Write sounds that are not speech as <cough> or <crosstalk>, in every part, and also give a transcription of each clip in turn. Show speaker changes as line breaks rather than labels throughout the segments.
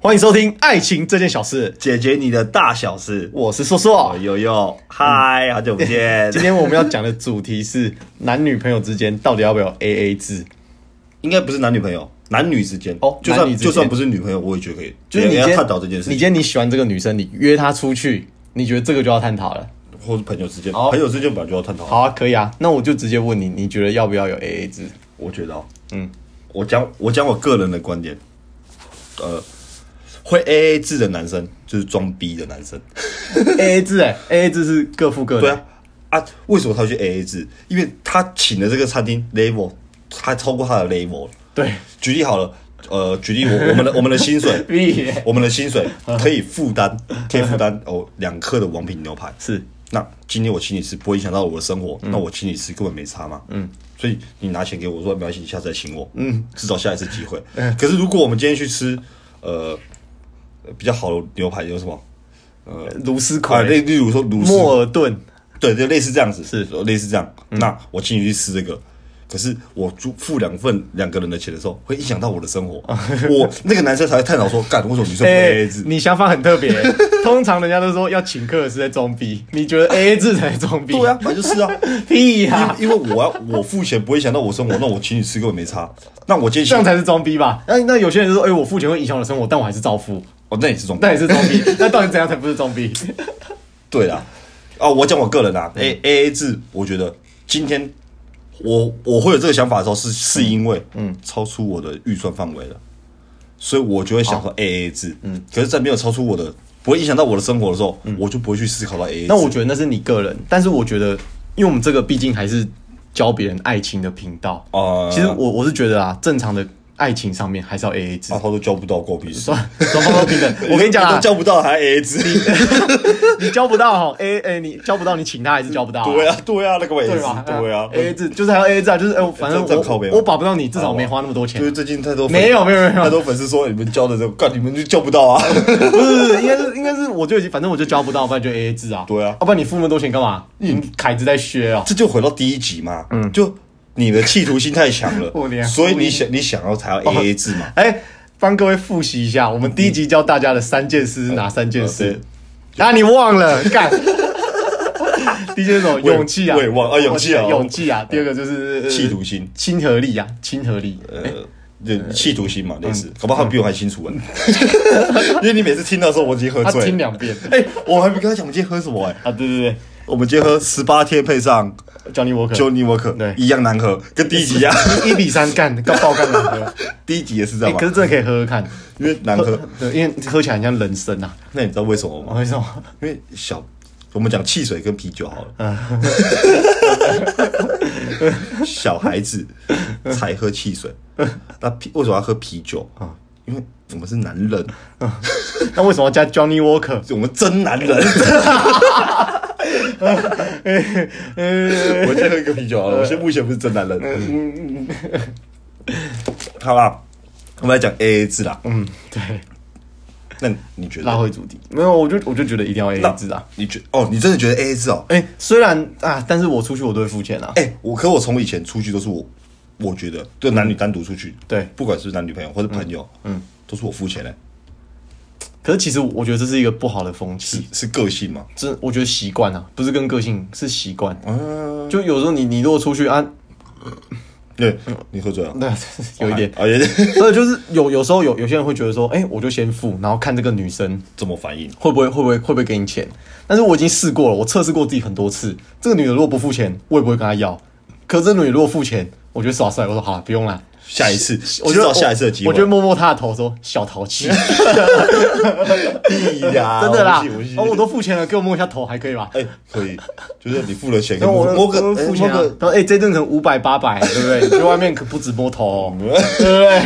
欢迎收听《爱情这件小事》，
解决你的大小事。
我是硕 <laughs> 硕。
呦呦，嗨，好久
<laughs>
不见。
今天我们要讲的主题是 <laughs> 男女朋友之间到底要不要 A A 制？
应该不是男女朋友，男女之间
哦
就
男女
算
之间
就算不是女朋友，我也觉得可以。
就是你今
也要
天
探讨这件事
你今
情，
天你喜欢这个女生，你约她出去，你觉得这个就要探讨了。
或是朋友之间，
好
朋友之间本来就要探讨。
好啊，可以啊。那我就直接问你，你觉得要不要有 A A 制？
我觉得哦，
嗯，
我讲我讲我个人的观点，呃，会 A A 制的男生就是装逼的男
<laughs>
生。
<laughs> A A 制哎、a A 制是各付各的。
对啊，啊，为什么他会去 A A 制？因为他请的这个餐厅 level，他超过他的 level 了。
对，，
举例好了，呃，举例我我们的我们的薪 <laughs> 水
屁耶
我们的薪水可以负 <laughs> 担，可以负担哦两克的王品牛排。
是
那今天我请你吃，不会影响到我的生活，那我请你吃根本没差嘛。嗯，所以你拿钱给我说没关系，你下次再请我，嗯，至少下一次机 <laughs> 会。可是如果我们今天去吃，呃，比较好的牛排有什么？
卢斯
啊，
奎、
例例如说卤丝
莫尔顿，
对，就类似这样子，是类似这样。那我请你去吃这个，可是我付付两份两个人的钱的时候，会影响到我的生活。我那个男生才会探讨说，干为什么女生不
哎、
AA 制？
你想法很特 <laughs> 别、通常人家都说要请客是在装逼，你觉得 A A 制才是装逼？
对啊，反正就是啊。
屁呀、
因因为我要我付钱不会影响到我生活，那我请你吃根本没差。那我今天
这样
请
才是装逼吧？那那有些人就说，哎、我付钱会影响我的生活，但我还是照付，
哦，那也是种
那也是装逼。那到底怎样才不是装逼？
对啦。啊，我讲我个人啊，A
嗯
A A 制，我觉得今天我我会有这个想法的时候是，是因为嗯超出我的预算范围了，所以我就会想
哦
说 A A 制。嗯，可是，在没有超出我的，不会影响到我的生活的时候，我就不会去思考到 A A 制。
<laughs> 嗯那我觉得那是你个人，但是我觉得，因为我们这个毕竟还是教别人爱情的频道。
啊，
其实我我是觉得啊，正常的爱情上面还是要 A A 制
啊，，他都交不到狗屁事。
双方都平
<laughs>
等。我跟你讲
都
啊，
交不到还 A A 制。
你交不到哈，A A 你交不到，你请他还是交不到啊、
<laughs> 对啊，对啊，那个我也
对
是
吧，？哎
对啊。
，A A 制就是还要 A A 制啊，就是哎、我反正
这这靠背
我
吗
我把不到你，至少我没花那么多钱
就
啊、
是最近太多粉
没有没有没有没有
太多粉丝说你们交的时候，干你们就交不到
<laughs>
啊。
不是不是，应该是应该是，我就已经反正我就交不到，不然就 A A 制啊。
对啊嗯
要不然你付那么多钱干嘛？你凯子在削啊。
这就回到第一集嘛，嗯，就你的企图心太强
我
了，
连
所以你想你想要才要 A A 制嘛。
哎，帮各位复习一下，我们第一集教大家的三件事是
嗯
哪三件事？啊，你忘
<laughs>
了干。第一件是什么？
我也
勇气啊！
我也忘啊勇气啊
勇气啊！第二个就是呃
企图心
亲和力啊，亲和力。
呃，就企图
嗯
心嘛，类似，搞不好他比我还清楚啊。 <laughs> 因为你每次听到的时候，我已经喝
他
醉
听
了。
两遍
哎，我还没跟他讲我们今天喝什么哎，
啊！对对
我们今天喝十八天配上
对，叫你我可对
Johnny Walker，一样难喝，跟第
<laughs>
一集一样。
一比三干，干爆干难
<laughs>
喝。
第一集也是这
哎，
样嘛
可，是真的可以喝喝看，
因为难喝。
对，因为喝起来很像人参啊。
那你知道哦为什么吗？
为什么？
因为小，我们讲汽水跟啤酒好
嗯
了。 <laughs> 小孩子才喝汽水，那啤为什么要喝啤酒
嗯
啊？因为我们是男人，
那为什么要加 Johnny Walker？
我们真男
<laughs>
人。我先喝一个啤酒好了，我现在目前不是真男人。
嗯
好啦，我们来讲 A A 制啦。
嗯，对，
那你觉
拉
得？
回主题，没有，我就我就觉得一定要 A
那
A 制啊。
你觉哦，你真的觉得 A A 制哦？
哎、虽然啊，但是我出去我都会付钱啊。
哎、我可我从以前出去都是我，我觉得就男女单独出去，
嗯对
不管是不是男女朋友或者朋友，嗯，都是我付钱的、
可是其实我觉得这是一个不好的风气，
是个性嘛？
这我觉得习惯啊，不是跟个性，是习惯。
嗯，
就有时候你你如果出去啊， <laughs>
对，你喝醉了，
对，嗯有一点，
啊，也是
所以就是有有时候有有些人会觉得说，哎、我就先付，然后看这个女生
<laughs> 怎么反应？
会不会会不会会不会给你钱。但是我已经试过了，我测试过自己很多次，这个女的如果不付钱，我也不会跟她要。可是这女的如果付钱，我觉得耍帅，我说好，啊不用啦。
下一次，
我
知
就
道下一次的机会。
我就摸摸她的头说小淘气，
屁呀，
真的
<laughs>
啦
我不信。
哦，我
我不信
都付钱了，给我摸一下头还可以吧？
哎、可以，就是你付了
<laughs>
钱，
然后我
摸个
我
哎
付钱啊，
摸
然
个
后哎，这顿可能五百八百，对不对？你去外面可不止摸头哦，对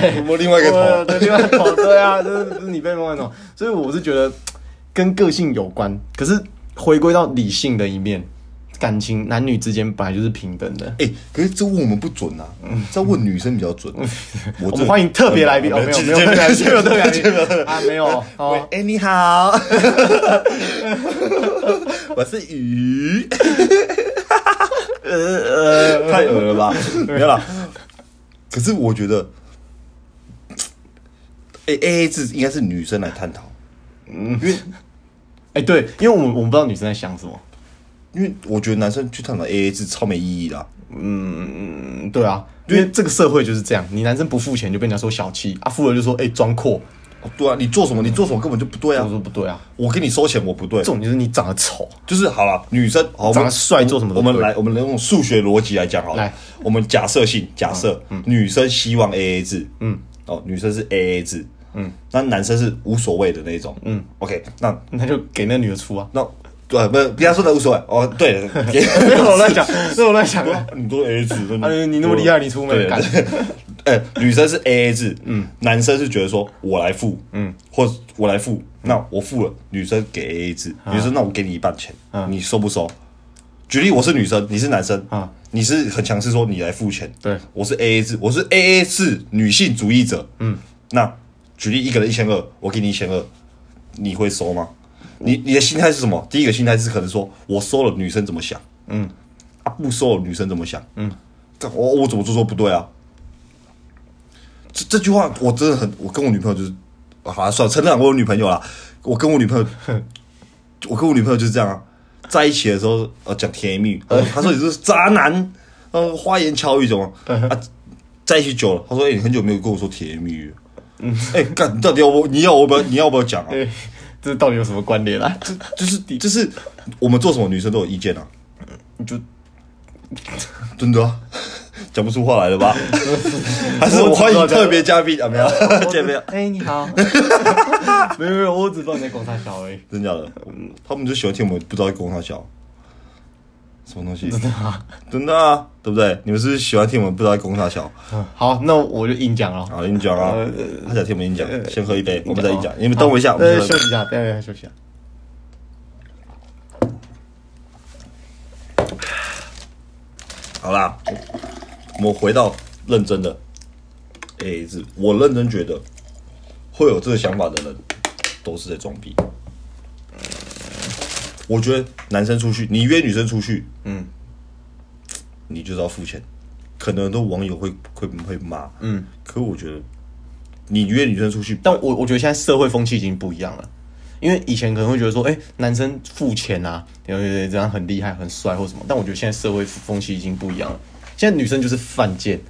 不对？
摸另外一个
我
头，
对，另外一个头，对啊，就是你被摸一头，所以我是觉得跟个性有关，可是回归到理性的一面，感情男女之间本来就是平等的。
哎、可是这问我们不准啊，这问女生比较准。啊我
<laughs> 我
这
们欢迎特别来宾，哦，没有没有特别来宾，没有特别来宾啊，没有
喂
哦，，
哎、你 <laughs> 好，我是鱼，太恶了吧？没有啦。可是我觉得 A A A 制应该是女生来探讨，因为
哎、对，因为我我们不知道女生在想什么。
因为我觉得男生去探讨 A A 制超没意义的啊、
嗯，对啊，因为这个社会就是这样，你男生不付钱就被人家说小气，啊，付了就说哎装阔，
哦对啊，你做什么你做什么根本就不对
我
啊！
说不对啊，
我给你收钱我不对
这，种就是你长得丑，
就是好了，女生好我
长
们
得帅做什么都
我们
对
来我们来用数学逻辑来讲好了
来，嗯
我们假设性假设女生希望 A A 制，嗯，哦女生是 A A 制，嗯，那男生是无所谓的那种，嗯，OK，那
那就给那女的出啊。 <laughs>
那对不是，人家说的无所谓哦，对，给
没有我乱想，没有我乱啊想的。
你都 A A 制，那
啊你那么厉害你出门
对
干
对，呃，女生是 A A 制，嗯，男生是觉得说我来付，嗯，或者我来付，那我付了，女生给 A A 制，
啊
女生那我给你一半钱，你收不收？举例，我是女生，你是男生
啊，
你是很强势说你来付钱，
对
我是 A A 制，我是 A A 制女性主义者，嗯，那举例一个人一千二，我给你一千二，你会收吗？你你的心态是什么？第一个心态是可能说我收了，女生怎么想？嗯，啊不收了，女生怎么想？嗯，干我我怎么做说不对啊？这这句话我真的很，我跟我女朋友就是，啊好、啊、算了，承认我有女朋友啦。我跟我女朋友，我跟我女朋友就是这样啊，在一起的时候呃讲甜言蜜语，她说她说你是渣男，呃花言巧语怎么啊？在一起久了，她说哎、欸你很久没有跟我说甜言蜜语了，嗯，哎、干你到底要不你要我不要你要不要讲啊？
哎，这到底有什么关联啊？ <laughs>
这就是就是我们做什么女生都有意见啊，
你就
真的、啊。 <laughs> 讲不出话来了 <laughs> 吧？还是我欢迎特别嘉宾啊？ <laughs> 没有，见面
哎、你 <laughs> 好，没有没有，我只知道你在广场小而已。
真假的？嗯他们就喜欢听我们不知道在公他笑，什么东西？真的啊，对不对？你们是不是喜欢听我们不知道在公他笑？
嗯好，那我就硬讲了。
好，你讲啊
呃，
他想听我们讲，先喝一杯，我们再
硬
讲。你们等我一下，我
呃，
们
休
再
息一下，等一下休息一下。
好啦。我们回到认真的 A A 制，我认真觉得会有这个想法的人都是在装逼。我觉得男生出去，你约女生出去，嗯，你就是要付钱。可能很多网友会会会骂，嗯，可我觉得你约女生出去，
但我我觉得现在社会风气已经不一样了，因为以前可能会觉得说，哎、男生付钱啊，有有有这样很厉害、很帅或什么。但我觉得现在社会风气已经不一样了，现在女生就是犯贱。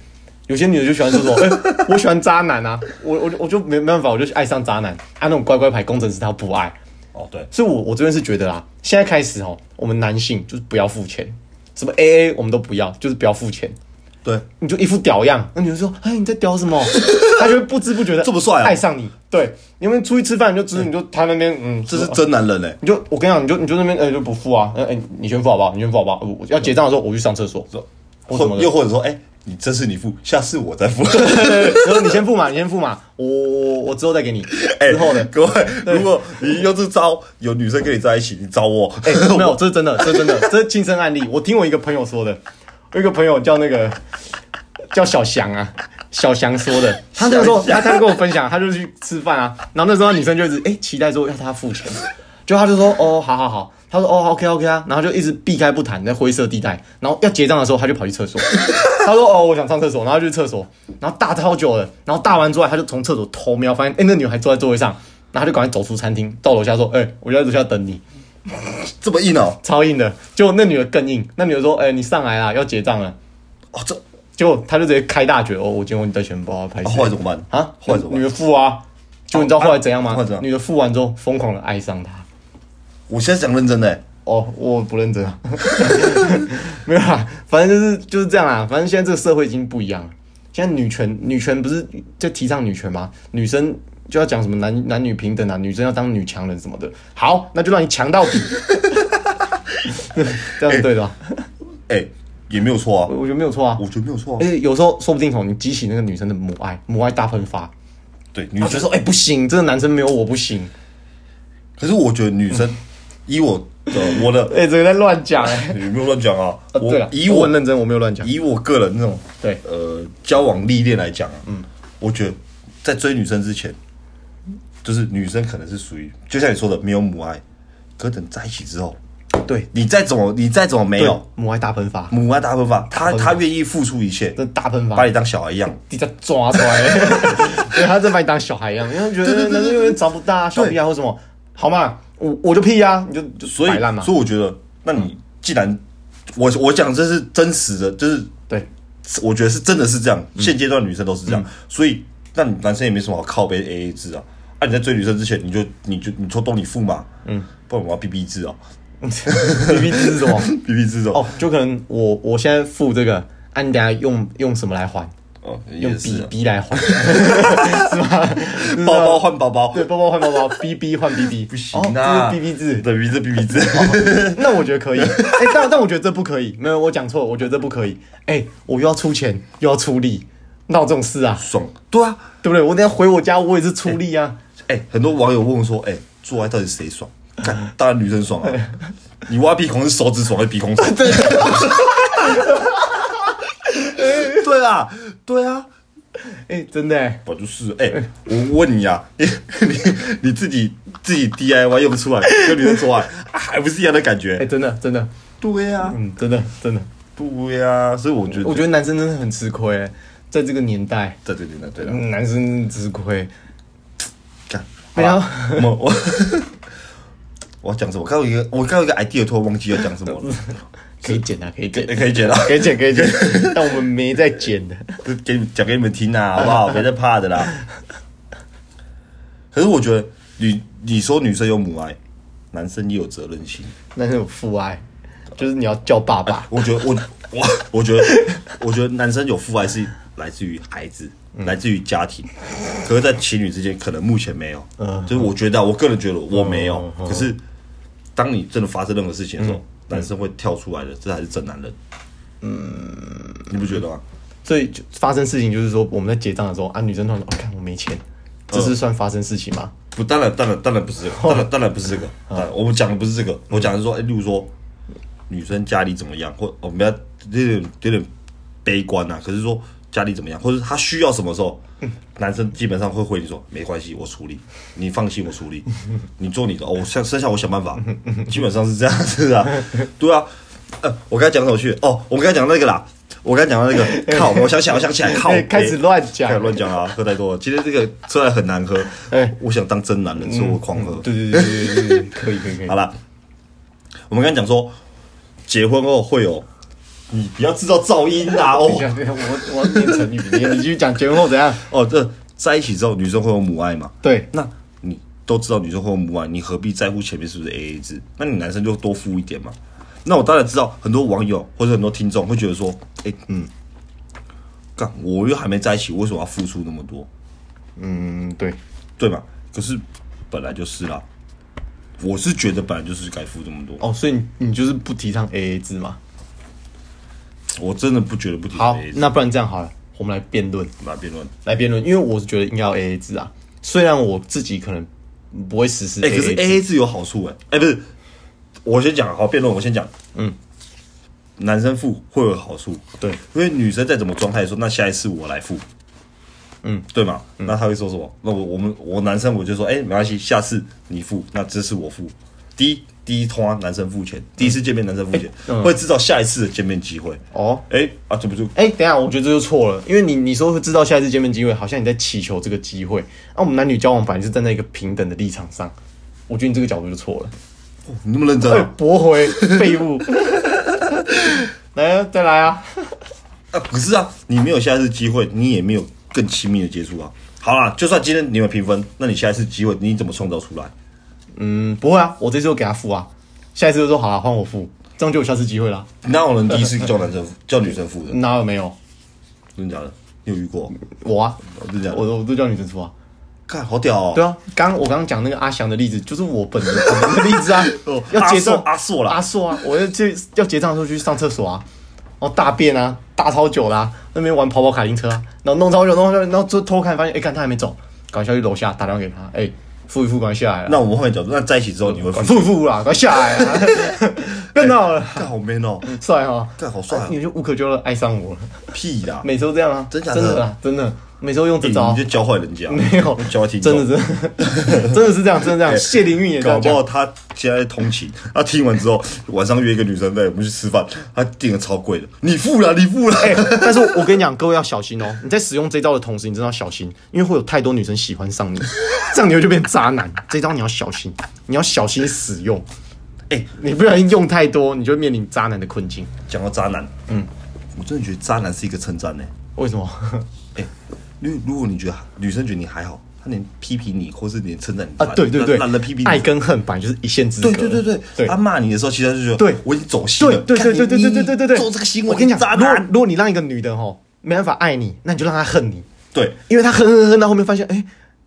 有些女的就喜欢说什么，哎、我喜欢渣男啊，我我就我就没没办法，我就爱上渣男。啊，那种乖乖牌工程师他不爱，
哦对，
所以我我这边是觉得啦，现在开始哦，我们男性就是不要付钱，什么 A A 我们都不要，就是不要付钱。
对，
你就一副屌样，那女人说：“哎，你在屌什么？” <laughs> 他就会不知不觉的
这么帅啊
爱上你。对，你们出去吃饭，你就只你就他那边嗯，
这是真男人嘞、欸
你就我跟你讲，你就你就那边呃就不付啊，呃哎、你先付好不好？你先付好不好？我我要结账的时候我去上厕 <laughs> 所，我怎么
或
了
哦又或者说，哎、你这次你付，下次我再付。
然后你先付嘛，你先付嘛，我我我之后再给你。之后呢？
哎各位，如果你用这招，有女生跟你在一起，你找我，
<laughs>
哎、
没有，这是真的，这是真的，这是亲身案例。我听我一个朋友说的，我一个朋友叫那个叫小翔啊，小翔说的。他那时候他他跟我分享，他就去吃饭啊，然后那时候女生就一直哎、期待说要他付钱，就他就说哦好好好，他说哦 OK OK 啊，然后就一直避开不谈，在灰色地带，然后要结账的时候他就跑去厕所，他说哦我想上厕所，然后就去厕所，然后大超久了，然后大完之后他就从厕所偷瞄，发现哎、那女孩坐在座位上。然后他就赶快走出餐厅，到楼下说：“哎、我就在楼下等你。”
这么硬哦、
超硬的。结果那女的更硬，那女的说：“哎、你上来啦，要结账了。
哦，这、”
结果他就直接开大绝哦，我今天你的钱包要拍
啊、
谁
后来怎么办？
啊？
后来怎么
女
办？
的付啊。结果你知道后来怎样吗？
啊后来怎样
女的付完之后，疯狂的爱上他。
我现在讲认真的、哎
哦，我不认真， <laughs> 没有啦，反正就是就是这样啦。反正现在这个社会已经不一样了。现在女权，女权不是在提倡女权吗？女生就要讲什么男男女平等啊，女生要当女强人什么的。好，那就让你强 <laughs> 到底，这样是对的吧？
哎、也没有错啊，
我我觉得没有错啊。
我觉得没有错啊
而。且有时候说不定吼，你激起那个女生的母爱，母爱大喷发。
对，女
你觉
生
得，说，哎、不行，这个男生没有我不行。
可是我觉得女
嗯
生，以我的我的，
哎、这个在乱讲哎。
有没有乱讲啊？
啊对
我
了，
以
我
我
很认真，我没有乱讲。
以我个人那种
对
呃交往历练来讲啊，嗯，我觉得在追女生之前，就是女生可能是属于就像你说的没有母爱，可等在一起之后，
对，
你再怎么你再怎么没有，
母爱大喷发，
母爱大喷发，他他愿意付出一切，
这大喷发
把，你当小孩一样。
你在抓出来， <laughs> 对，他在把你当小孩一样，因为觉得那因为长不大、小屁啊或什么，好嘛，我我就屁呀，你就就
所以
摆烂嘛，啊
所以我觉得，那你既然我我讲这是真实的，就是
对，
我觉得是真的是这样，
嗯
现阶段女生都是这样，所以那你男生也没什么好靠背 A A 制啊。啊，你在追女生之前，你就你就你抽动你付嘛，嗯，不然我要 B B 制啊
B B 是什么？
<laughs> ，B B 制
<laughs>
哦，
哦，就可能我我现在付这个，啊，你等下用用什么来还？
哦，也
用
是
B 啊
啊
B 来 <laughs> 还，是吗？
包包换包包，
对，包包换包包，B B 换 B B，不
行啊
哦，B B 制，哦
对，B B 制 B B 制，
那我觉得可以，哎、但但我觉得这不可以，没有，我讲错，我觉得这不可以，哎、我又要出钱又要出力，哪有这种事啊？
爽， <laughs> 对啊，
对不对？我等一下回我家，我也是出力啊。
哎、很多网友问我说，哎、做爱到底谁爽？
嗯
干当然女生爽啊！
<laughs>
你挖鼻孔是手指爽还是鼻孔爽？对啊， <laughs> 对啊，
哎、真的、哎
我就是哎、
嗯
我问你啊，你你 <laughs> 你自己自己 DIY 用出来跟女生做爱，啊 <laughs> 还不是一样的感
哎、
觉？
真的，真的，
对啊，
嗯，真的，真的，
对啊，所以我觉得
我觉得男生真的很吃亏、哎在这个年代，
对对对对对了，
嗯男生真的吃亏。
干
没有，
我我 <laughs> 我要讲什么？我刚有一个我刚有一个 idea，突然忘记要讲什么
<laughs>
了，
可以剪啊，可以剪，
也可以剪啊。
可以剪，可以剪，但我们没在剪的。
给你讲给你们听啊，好不好？别再怕的啦。可是我觉得你你说女生有母爱，男生也有责任心。
男生有父爱，就是你要叫爸爸。
我觉得我我我觉得我觉得男生有父爱是来自于孩子，来自于家庭。可是，在情侣之间，可能目前没有。就是我觉得啊，我个人觉得我没有。可是，当你真的发生任何事情的时候，男生会跳出来的，这才是真男人。嗯，你不觉得吗？
所以就发生事情就是说，我们在结账的时候啊，女生突然说：“哦，看我没钱。”这是算发生事情吗？
不，当然，当然，当然不是这个，当然，当然不
<laughs>
是这个。当然，我们讲的不是这个，我讲的是说，哎、例如说，女生家里怎么样，或我们要有点有点悲观呐、可是说家里怎么样，或者她需要什么
<laughs>
时候，男生基本上会回你说，没关系，我处理，你放心，我处
<laughs>
理，你做你的，哦我剩剩下我想办法，基本上是这样
<laughs>
子啊，对啊。呃，我刚才讲什么去？哦，我刚才讲那个啦，我刚才讲到
<laughs>
那个，靠，我想起来，我想起来，靠
哎，开始
北
乱讲
开始乱讲啊，喝太多了。今天这个虽然很难喝，
哎嗯
我想当真男人，所以我狂喝。
对对对对对对，可以可以可以
好。了，我们刚才讲说，结婚后会有，你不要制造噪音啦、
等一
哦
下等一下我我要念成语，你你继续讲结婚后怎样？
哦，这在一起之后，女生会有母爱嘛？
对，
那你都知道女生会有母爱，你何必在乎前面是不是 A A 制？那你男生就多付一点嘛。那我当然知道很多网友或者很多听众会觉得说，哎、嗯，干我又还没在一起，为什么要付出那么多？
嗯对，
对吧？可是本来就是啦，我是觉得本来就是该付这么多。
哦，所以你你就是不提倡 AA 制嘛？
我真的不觉得不提
好
AA，制
那不然这样好了，我们来辩论，
来辩论。
来辩论，因为我是觉得应该要 AA 制啊。虽然我自己可能不会实施
哎、可是
AA 制，
A A 制有好处哎、哎、不是，我先讲好辩论，我先讲，
嗯，
男生付会有好处，
对，
因为女生再怎么装，她也说那下一次我来付，
嗯，
对嘛？那他会说什么？那我我们我男生我就说，哎、没关系，下次你付，那这次我付。第一第一通啊，男生付钱，第一次见面男生付钱，
嗯
会制造下一次的见面机会。
哦。
哎、啊，这不就
哎、等一下，我觉得这就错了，因为你你说会知道下一次见面机会，好像你在祈求这个机会。那、我们男女交往本来是站在一个平等的立场上，我觉得你这个角度就错了。
你那么认真、
哎、
啊？
<laughs> 驳回废物， <laughs> 来啊，再来啊！
啊，可是啊，你没有下一次机会，你也没有更亲密的接触啊。好啦，就算今天你们平分，那你下一次机会你怎么创造出来？
嗯，不会啊，我这次就给他付啊，下一次就说好了，换我付，这样就有下次机会啦。
哪有人第一次叫男生 <laughs> 叫女生付的？
哪有没有？
真的假的？你有遇过？
我啊，
真的假
我
的？
都我都叫女生付啊。
看好屌哦！
对啊，刚我刚刚讲那个阿翔的例子，就是我本人本人的例子啊
<laughs> 哦。
要结账，
阿硕阿硕啦
阿硕啊，我要去要结账的时候去上厕所啊，然后大便啊，大超久啦、那边玩跑跑卡丁车啊，然后弄超久，弄超久，然后就偷看发现，哎、看他还没走，赶快下去楼下打电话给他，哎、付一付，赶快下来啦，
那我们换个角度，那在一起之后你会
赶快
付？
付一付啦，赶快下来
<laughs>
啊，更闹了，
干好 man 哦！
帅哈、哎
干好帅啊
你就无可救药地爱上我了，
屁啦！
<laughs> 每次都这样啊，
真假的
真的啦，真的，每次都用这
你
招
你，就教坏人家，
<laughs> 没有
教坏听众
真的真的真的是这 <laughs> 样，真的
哎
这样。谢灵运也这
搞
样
不
讲
好，他现在通勤，他听完之后晚上约一个女生在我们去吃饭，他订了超贵的，你付了，你付了，
哎但是我跟你讲，各位要小心哦！你在使用这招的同时，你真的要小心，因为会有太多女生喜欢上你，这样你会就变渣男。这招你要小心，你要小心使用。哎、你不小心用太多，你就会面临渣男的困境。
讲到渣男，嗯，我真的觉得渣男是一个称赞呢、
为什么？啊
哎、因为如果你觉得女生觉得你还好，她连批评你，或是连称赞你
啊，对对对
懒得批评，
爱
你。
跟恨本来就是一线之隔的。
对对对对，
对
他骂你的时候，其实他就觉得，
对
我已经走心
对
了，
对对对对
干你
对对对对对，
你做这个行为，
我跟你讲，
渣
如果
男，
如果你让一个女的吼没办法爱你，那你就让她恨你，
对，
因为她恨恨恨到后面发现，哎、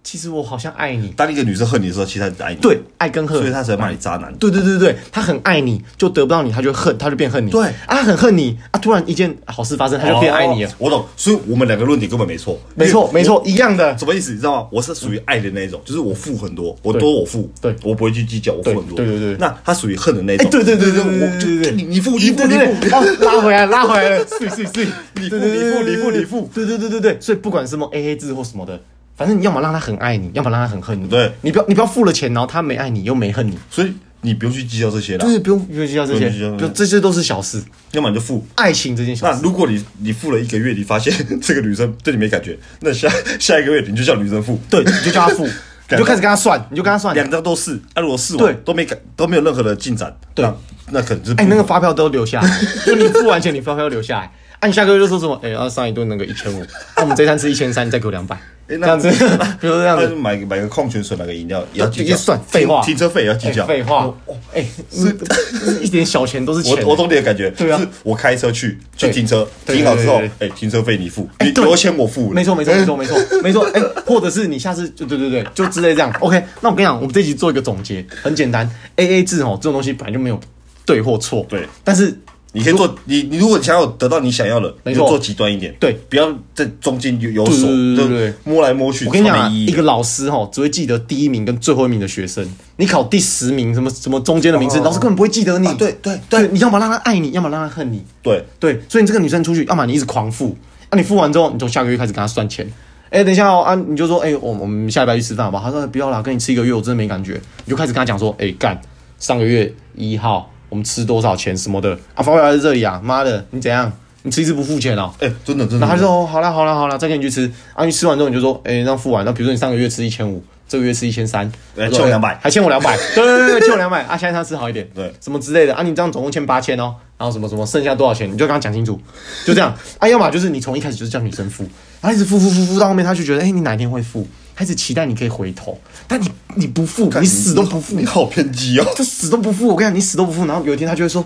其实我好像爱你。
当一个女生恨你的时候，其实她就爱你，
对，，爱跟恨，
所以她才骂你渣男，
对对对对，他很爱你，就得不到你，他就恨，他就变恨你。
对
啊，他很恨你啊，突然一件好事发生，他就变爱你了。
哦我懂，所以我们两个论点根本没错，
没
因为
错，没错，一样的。
什么意思？你知道吗？我是属于爱的那一种，就是我付很多，我
对
多我付，
对
我不会去计较，我付很多。
对对对对
那他属于恨的那一
哎，
种。
对对对对
就是
对
我就
对对，
你你付你
对
付
对
你
对
付，
哦拉回来，拉回来了，是是是，
你付
对对对
你付你付
对
你付
对对对对对，所以不管是什么 A A 制或什么的，反正你要么让他很爱你，要么让他很恨你。
对
你不要你不要付了钱，然后他没爱你又没恨你，
所以你不用去计较这些啦
就，是不用不用计较这些
不用计较，
就这些都是小事，
要么你就付。
爱情这件小
那
事。
如果你你付了一个月，你发现 <laughs> 这个女生对你没感觉，那下下一个月你就叫女生付，
对，你就叫他付，你就开始跟他算，你就跟他算，
两张都是。啊，如果是我
对
都没感都没有任何的进展，
对
那那可能就是不
哎、那个发票都留下来，就你付完钱，你发票留下来。啊，你下个月就说什么？哎、啊，上一顿那个一千五，那我们这餐吃一千三，你再给我
<laughs>
两百，这
哎那
样子，比如说这样
那
子
就，买个买个矿泉水，买个饮料也要计较，
也算废话
停停车费也要计较，
哎废、话，哎、是一点小钱都是钱、
我我懂你的感觉，
对啊
就是我开车去去
对
停车，
对
停好之后
对对，
哎，停车费你付，
哎
你
对
油钱我付，
没错，没错，没错，没错，没错。哎，或者是你下次就对对对，就之类这样。OK，那我跟你讲，我们这集做一个总结，很简单，A A 制哦，这种东西本来就没有对或错，
对
但是
你可以做你你如果想要得到你想要的，
没
你
错
就做极端一点，
对
不要在中间有有
对对
手
对
就
对对
摸来摸去，
我跟你讲、
超
啊，
没意义
一个老师哈，只会记得第一名跟最后一名的学生。你考第十名，什么什么中间的名字，老师根本不会记得你。
哦啊对对
对，你要么让他爱你，要么让他恨你。
对，
对，所以你这个女生出去，要么你一直狂付，啊那、你付完之后，你从下个月开始跟她算钱。哎、等一下哦，啊，你就说，哎、我我们下礼拜去吃饭好不好？她说、哎不要啦，跟你吃一个月，我真的没感觉。你就开始跟她讲说，哎、干，上个月一号我们吃多少钱什么的啊，发票还在这里啊，妈的，你怎样？你吃一次不付钱哦？
哎，真的真的，
然后他就说：“哦，好啦，好啦，好啦，再跟你去吃。”啊，你吃完之后你就说：“哎、那付完。”那比如说你上个月吃一千五，这个月吃一千三，
哎
他说
欠我200
还欠我两百，对对对对，欠我两百啊，下一餐吃好一点，
对
什么之类的啊，你这样总共欠八千哦，然后什么什么剩下多少钱，你就跟他讲清楚，就这样啊，要么就是你从一开始就是叫女生付，然后一直付付付付到后面，他就觉得哎、你哪一天会付，开始期待你可以回头，但你你不付，你死都不付，
你好偏激哦， <laughs>
就死都不付。我跟你讲，你死都不付，然后有一天他就会说。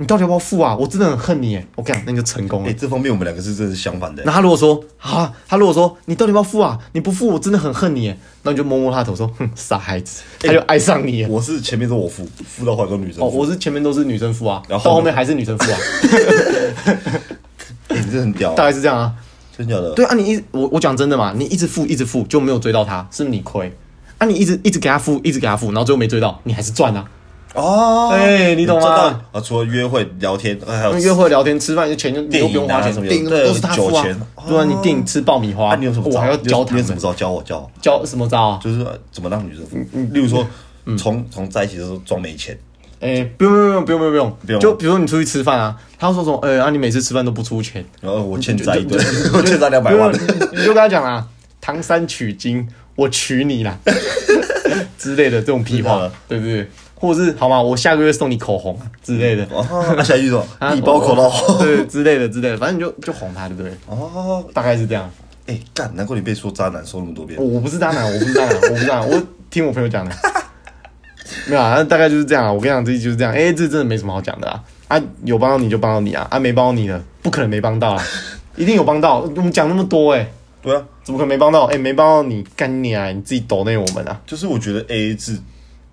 你到底要不要付啊？我真的很恨你耶！我跟你讲，那你就成功了
哎，。这方面我们两个是真的是相反的
那，他如果说啊，他如果说你到底要不要付啊？你不付我真的很恨你耶。那你就摸摸他的头说，哼，傻孩子，他就爱上你耶。
哎我是前面说我付，付到后来都女生
哦，
付，
我是前面都是女生付啊，
然后呢
到后面还是女生
<laughs>
付啊，
哎，你这很屌啊，
大概是这样啊。
真假的，
对啊，你一我我讲真的嘛，你一直付一直付就没有追到他，是不是你亏？啊，你一直一直给他付，一直给他付，然后最后没追到，你还是赚啊。
哦，
哎你懂吗
赚到啊，除了约会聊天，哎还有
因为约会、聊天、吃饭，钱就你
电
都
影
不用花
啊
钱
什么，的
电影
对
都是他付
酒
啊
钱。
对啊，你电影吃爆米花，
啊，你有什么招？
我还要
你有
教
你
他
有什么招？教我教我，
教什么招啊？
就是呃怎么让女生付，例如说
嗯
从从在一起的时候装没钱，
哎、不用不用不用不用不
不
用，
用
就比如说你出去吃饭啊，他说什么？哎、啊，你每次吃饭都不出 <laughs> 钱，
然后我欠债一顿， <laughs> 我欠债两百
不用
万
你，你就跟他讲啦，唐三取经，我娶你啦 <laughs> 之类的这种屁
知道
话
了，
对不对？或者是好吗？我下个月送你口红啊之类的，
哦，那下一句说
啊
一包口罩，
<laughs> 对之类的之类的，反正你就就哄他，对不对？
哦，
大概是这样。
哎，干，难怪你被说渣男说那么多遍
我，我不是渣男，我不是渣男，我不是渣男，我听我朋友讲 <laughs> 的。没有啊，大概就是这样啊。我跟你讲，这就是这样。哎、这真的没什么好讲的啊。啊，有帮到你就帮到你啊，啊没帮到你的，不可能没帮到 <laughs> 啊，一定有帮到。我们讲那么多哎、
对啊，
怎么可能没帮到？哎、没帮到你，干你啊！你自己抖内我们啊。
就是我觉得 A A 制，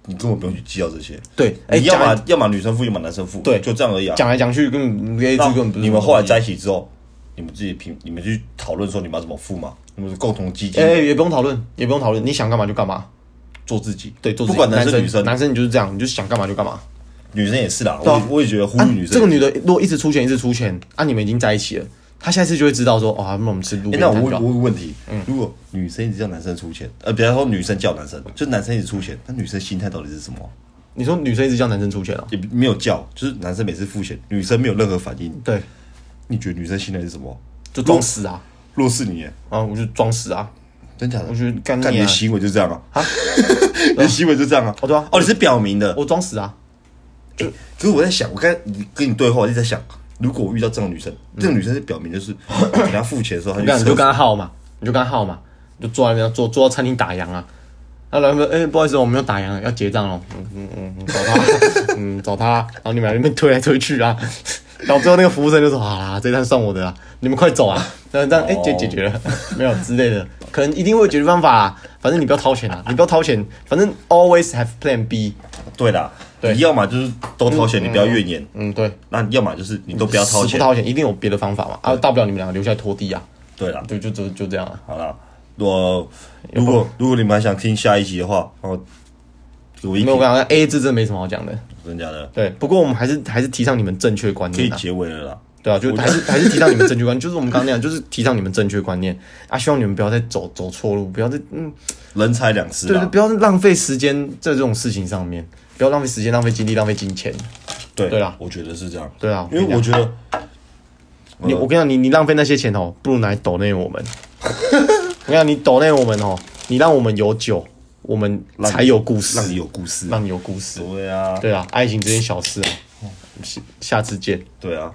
你根本不用去计较这些，
对，哎、
你要
讲来
么要么女生付，要么男生付，
对
就这样而已啊。
讲来讲去，跟 A
那
这根本不是
你们后来
再
在一起之后，你们自己评，你们去讨论说你们要怎么付嘛，你们是共同基金
哎、也不用讨论，也不用讨论，你想干嘛就干嘛。
做自己，
对，做自
不
己
管男生
生
女生，
男生你就是这样，你就想干嘛就干嘛。
女生也是啦，
啊
我我也觉得呼
啊
吁女生，
这个女的如果一直出钱一直出钱，啊，你们已经在一起了，他下一次就会知道说，哦，那我们吃路
哎、
边
那我
摊
问
就
我
好。
问问题，
嗯
如果女生一直叫男生出钱，呃，比方说女生叫男生，就男生一直出钱，那女生心态到底是什么？
你说女生一直叫男生出钱哦？
也没有叫，就是男生每次付钱，女生没有任何反应，
对，
你觉得女生心态是什么？
就装死啊，
若是你耶，
啊，我就装死啊，
真假的？
我觉得干你啊
干你的行为就这样啊， <laughs> 你的行为就这样啊。
哦对啊
哦，你是表明的。
我装死啊，
可是我在想，我刚才跟你对话，我一直在想，如果我遇到这种女生，这种女生是表明
<laughs>
就是给她付钱的时候，她
嗯你看你
就
就跟他耗嘛，你就跟他耗嘛，你就坐在那边坐坐到餐厅打烊啊。那老板说：“哎、不好意思，我们要打烊了，要结账了。嗯”嗯嗯嗯，找他， <laughs> 嗯找他，然后你们在那边推来推去啊，然后最后那个服务生就说：“好啦，这单算我的啦，你们快走啊。”然后这样哎、解解决了 <laughs> 没有之类的，可能一定会有解决办法啦。反正你不要掏钱啊，你不要掏钱，反正 always have plan B。
对啦，
对
你要么就是都掏钱，你不要怨言；
嗯，对，
那你要么就是你都不
不
要掏钱
不。掏钱，一定有别的方法嘛。啊，大不了你们两个留下来拖地啊，
对啦，
对，就就就这样啊。
好啦，我如果如果你们还想听下一集的话，哦，我一
没有，我跟你讲 A 字真的没什么好讲的。
真假的
对，不过我们还是还是提倡你们正确观
可以
念、啊，
结尾了啦。
对啊，就还是还是提倡你们正确观念， <laughs> 就是我们刚刚那样，就是提倡你们正确观念啊，希望你们不要再走走错路，不要再嗯，
人财两失啊
对对，
啦，
不要浪费时间在这种事情上面，不要浪费时间、浪费精力、浪费金钱，
对
对啦
我觉得是这样。
对啊，
因为我觉得
你
嗯
我跟你讲，你你浪费那些钱哦，不如拿来抖内我们， <laughs> 我跟你讲，你抖内我们哦，你让我们有酒，我们
让
才有故事，
让你有故事啊，
让你有故事，
对啊，
对啊，爱情这件小事啊，下下次见。
对啊。